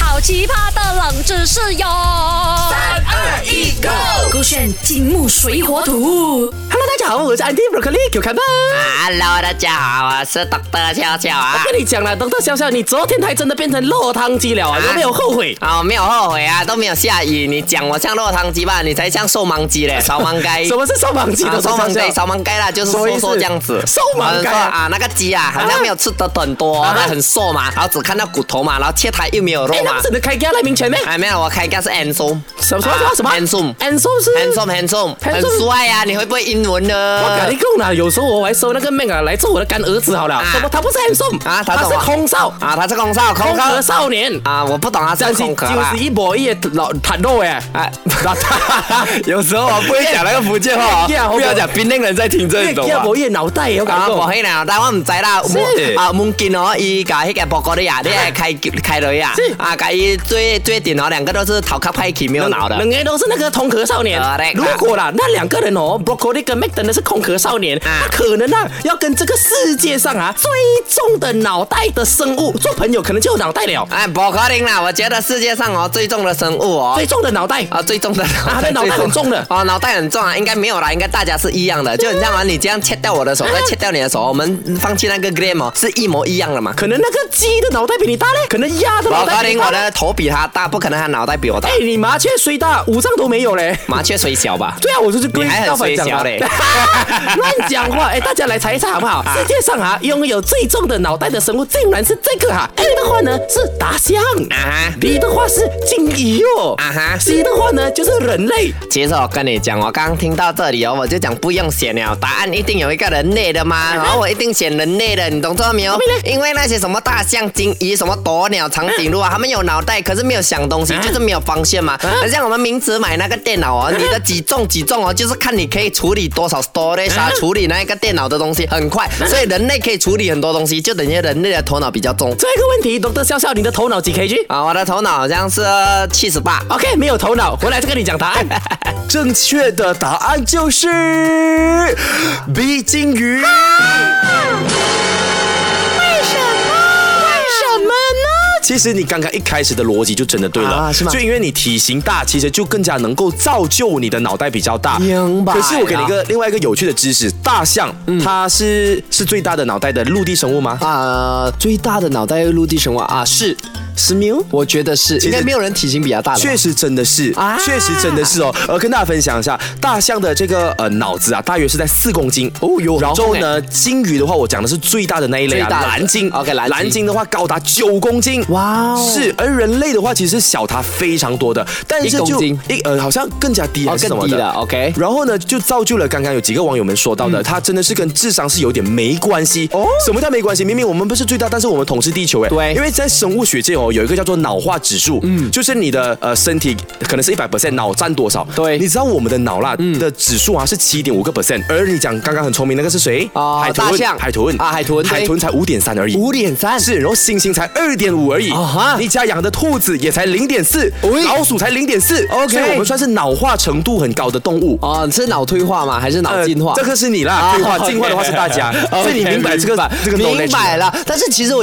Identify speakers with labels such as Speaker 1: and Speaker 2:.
Speaker 1: 好奇葩的冷知识哟！三
Speaker 2: 二一，Go！
Speaker 1: 勾选金木水火土。
Speaker 3: Hello，大家好，我是 Andy Broccoli 九看吧。
Speaker 2: 啊 Hello，大家好，我是 Doctor 笑笑啊。
Speaker 3: 跟你讲了，等到笑笑，你昨天还真的变成落汤鸡了啊！有没有后悔？
Speaker 2: 啊，我没有后悔啊，都没有下雨。你讲我像落汤鸡吧，你才像瘦盲鸡 嘞，烧盲该。
Speaker 3: 什么是瘦盲鸡
Speaker 2: 啊
Speaker 3: 的？
Speaker 2: 烧盲该，
Speaker 3: 鸡，
Speaker 2: 烧盲该啦，就是
Speaker 3: 什么意
Speaker 2: 瘦
Speaker 3: 思
Speaker 2: 瘦这样子。
Speaker 3: 瘦盲该啊
Speaker 2: 我们说啊，那个鸡啊，好像没有吃的很多，
Speaker 3: 啊
Speaker 2: 它很瘦嘛，然后只看到骨头嘛，然后切它又没有
Speaker 3: 哎，
Speaker 2: 肉
Speaker 3: 那
Speaker 2: 嘛
Speaker 3: 不。是你开家来明前咩？
Speaker 2: 哎，没有，我开应该是 handsome。
Speaker 3: 什么什么什么
Speaker 2: 啊？handsome。
Speaker 3: ？Ansel 是
Speaker 2: handsome 呃 handsome 很帅啊！你会不会英文呢？
Speaker 3: 我跟你讲啦，有时候我还收那个命啊来做我的干儿子好了。
Speaker 2: 啊
Speaker 3: 什么？他不是 Ansel
Speaker 2: 啊他
Speaker 3: 他
Speaker 2: 是什
Speaker 3: 是
Speaker 2: 么
Speaker 3: 空少，
Speaker 2: 啊，他是空少，空
Speaker 3: 空
Speaker 2: 少
Speaker 3: 壳少年。
Speaker 2: 啊，我不懂啊，是
Speaker 3: 这样子
Speaker 2: 空
Speaker 3: 就
Speaker 2: 壳啦
Speaker 3: 是。一模一样的老坦肉哎。
Speaker 2: 哎，
Speaker 3: 老坦
Speaker 2: 有时候我不会讲那个福 建话
Speaker 3: 越越
Speaker 2: 哦，不要讲槟榔人在听这
Speaker 3: 越
Speaker 2: 种
Speaker 3: 一
Speaker 2: 啊。
Speaker 3: 模一样脑袋，我跟你
Speaker 2: 啊，
Speaker 3: 讲
Speaker 2: 我。去啦，但我唔知啦。
Speaker 3: 是
Speaker 2: 啊，唔见哦，伊甲迄个博哥的呀，你系开开雷呀
Speaker 3: 是，
Speaker 2: 啊，甲伊最最顶哦，两个都是头壳派去没有脑的。
Speaker 3: 两个都是那个空壳少年
Speaker 2: Correct。
Speaker 3: 如果啦，那两个人哦，Broccoli 跟 Mac 真的是空壳少年，
Speaker 2: 啊
Speaker 3: 他可能啊要跟这个世界上啊最重的脑袋的生物做朋友，可能就有脑袋了，
Speaker 2: 哎，博哥丁啦，我觉得世界上哦最重的生物哦
Speaker 3: 最。重的脑袋。
Speaker 2: 啊，最重的
Speaker 3: 啊他脑袋很重的
Speaker 2: 哦，脑袋很重啊，应该没有啦，应该大家是一样的，就很像啊，你这样切掉我的手，再切掉你的手，我们放弃那个 game 哦，是一模一样的嘛。
Speaker 3: 可能那个鸡的脑袋比你大嘞，可能鸭的
Speaker 2: 博
Speaker 3: 脑袋
Speaker 2: 哥
Speaker 3: 比你
Speaker 2: 丁，
Speaker 3: 大
Speaker 2: 我
Speaker 3: 嘞。
Speaker 2: 的头比他大，不可能他脑袋比我大
Speaker 3: 哎，，你麻雀虽大，五脏都没有嘞。
Speaker 2: 麻雀虽小吧。
Speaker 3: 对啊，我就是故意
Speaker 2: 你还很
Speaker 3: 倒反讲
Speaker 2: 水
Speaker 3: 啊
Speaker 2: 小嘞
Speaker 3: 乱讲话！哎，大家来猜一猜好不好？世界上啊，拥有最重的脑袋的生物，竟然是这个哈、A 的话呢是大象
Speaker 2: 啊哈
Speaker 3: ，B 的话是鲸鱼哦，
Speaker 2: 啊哈
Speaker 3: ，C 的话呢就是人类。
Speaker 2: 其实我跟你讲，我刚刚听到这里哦，我就讲不用选了，答案一定有一个人类的嘛，然后我一定选人类的，你懂这没有
Speaker 3: 为呢？
Speaker 2: 因为那些什么大象、鲸鱼、什么鸵鸟、长颈鹿啊，他们有脑袋，可是没有想东西，就是没有方向嘛。很像我们明子买那个电脑哦，你的几重几重哦，就是看你可以处理多少 storage 啊，处理那个电脑的东西很快，所以人类可以处理很多东西，就等于人类的头脑比较重。
Speaker 3: 这个问题，懂得笑笑，你的头脑几 kg？
Speaker 2: 啊，我的头脑好像是七十八。
Speaker 3: OK，没有头脑，回来再跟你讲答 案。
Speaker 4: 正确的答案就是 B 金鱼。
Speaker 3: 什么呢？
Speaker 4: 其实你刚刚一开始的逻辑就真的对了，
Speaker 2: 啊是吗
Speaker 4: 就因为你体型大，其实就更加能够造就你的脑袋比较大。
Speaker 2: 明白哎嗯
Speaker 4: 可是我给你一个另外一个有趣的知识，大象、它是是最大的脑袋的陆地生物吗？
Speaker 2: 啊，最大的脑袋陆地神话啊，是是没有，我觉得是，应该没有人体型比较大的吧。
Speaker 4: 确实真的是
Speaker 2: 啊，
Speaker 4: 确实真的是哦。呃，跟大家分享一下，大象的这个呃脑子啊，大约是在四公斤哦
Speaker 2: 哟
Speaker 4: 然后
Speaker 2: 很重
Speaker 4: 呢，鲸鱼的话，我讲的是最大的那一类啊
Speaker 2: 最，大的
Speaker 4: 蓝鲸。
Speaker 2: OK，蓝鲸
Speaker 4: 的话高达九公斤。
Speaker 2: 哇哦
Speaker 4: 是，而人类的话其实是小它非常多的，但是
Speaker 2: 一公
Speaker 4: 就
Speaker 2: 斤
Speaker 4: 一呃好像更加低
Speaker 2: 哦
Speaker 4: 还是什么
Speaker 2: 更低
Speaker 4: 的
Speaker 2: 了，OK
Speaker 4: 然后呢，就造就了刚刚有几个网友们说
Speaker 2: 嗯
Speaker 4: 到的，它真的是跟智商是有点没关系。哦，什么叫没关系？明明我们不是最大，但是我们统治地球哎。
Speaker 2: 对
Speaker 4: 因为在生物学界哦，有一个叫做脑化指数，嗯，就是你的呃身体可能是一百 percent，脑占多少？
Speaker 2: 对
Speaker 4: 你知道我们的脑啦的指数啊是七点五个 percent，而你讲刚刚很聪明那个是谁？
Speaker 2: 哦
Speaker 4: 海
Speaker 2: 大
Speaker 4: 豚，
Speaker 2: 象
Speaker 4: 海豚
Speaker 2: 啊海豚对
Speaker 4: 海豚才五点三而已。
Speaker 2: 3
Speaker 4: 是，然后猩猩才二点五而已。
Speaker 2: 啊哈
Speaker 4: 你家养的兔子也才零点四，
Speaker 2: 喂
Speaker 4: 老鼠才零点四。
Speaker 2: OK
Speaker 4: 所以我们算是脑化程度很高的动物。
Speaker 2: 哦，是脑退化吗？还是脑
Speaker 4: 呃
Speaker 2: 进化？哦
Speaker 4: 这个是你啦，退化进化的话是大家，所以你明白这个这个 knowledge 吗
Speaker 2: 明白了。但是其实我。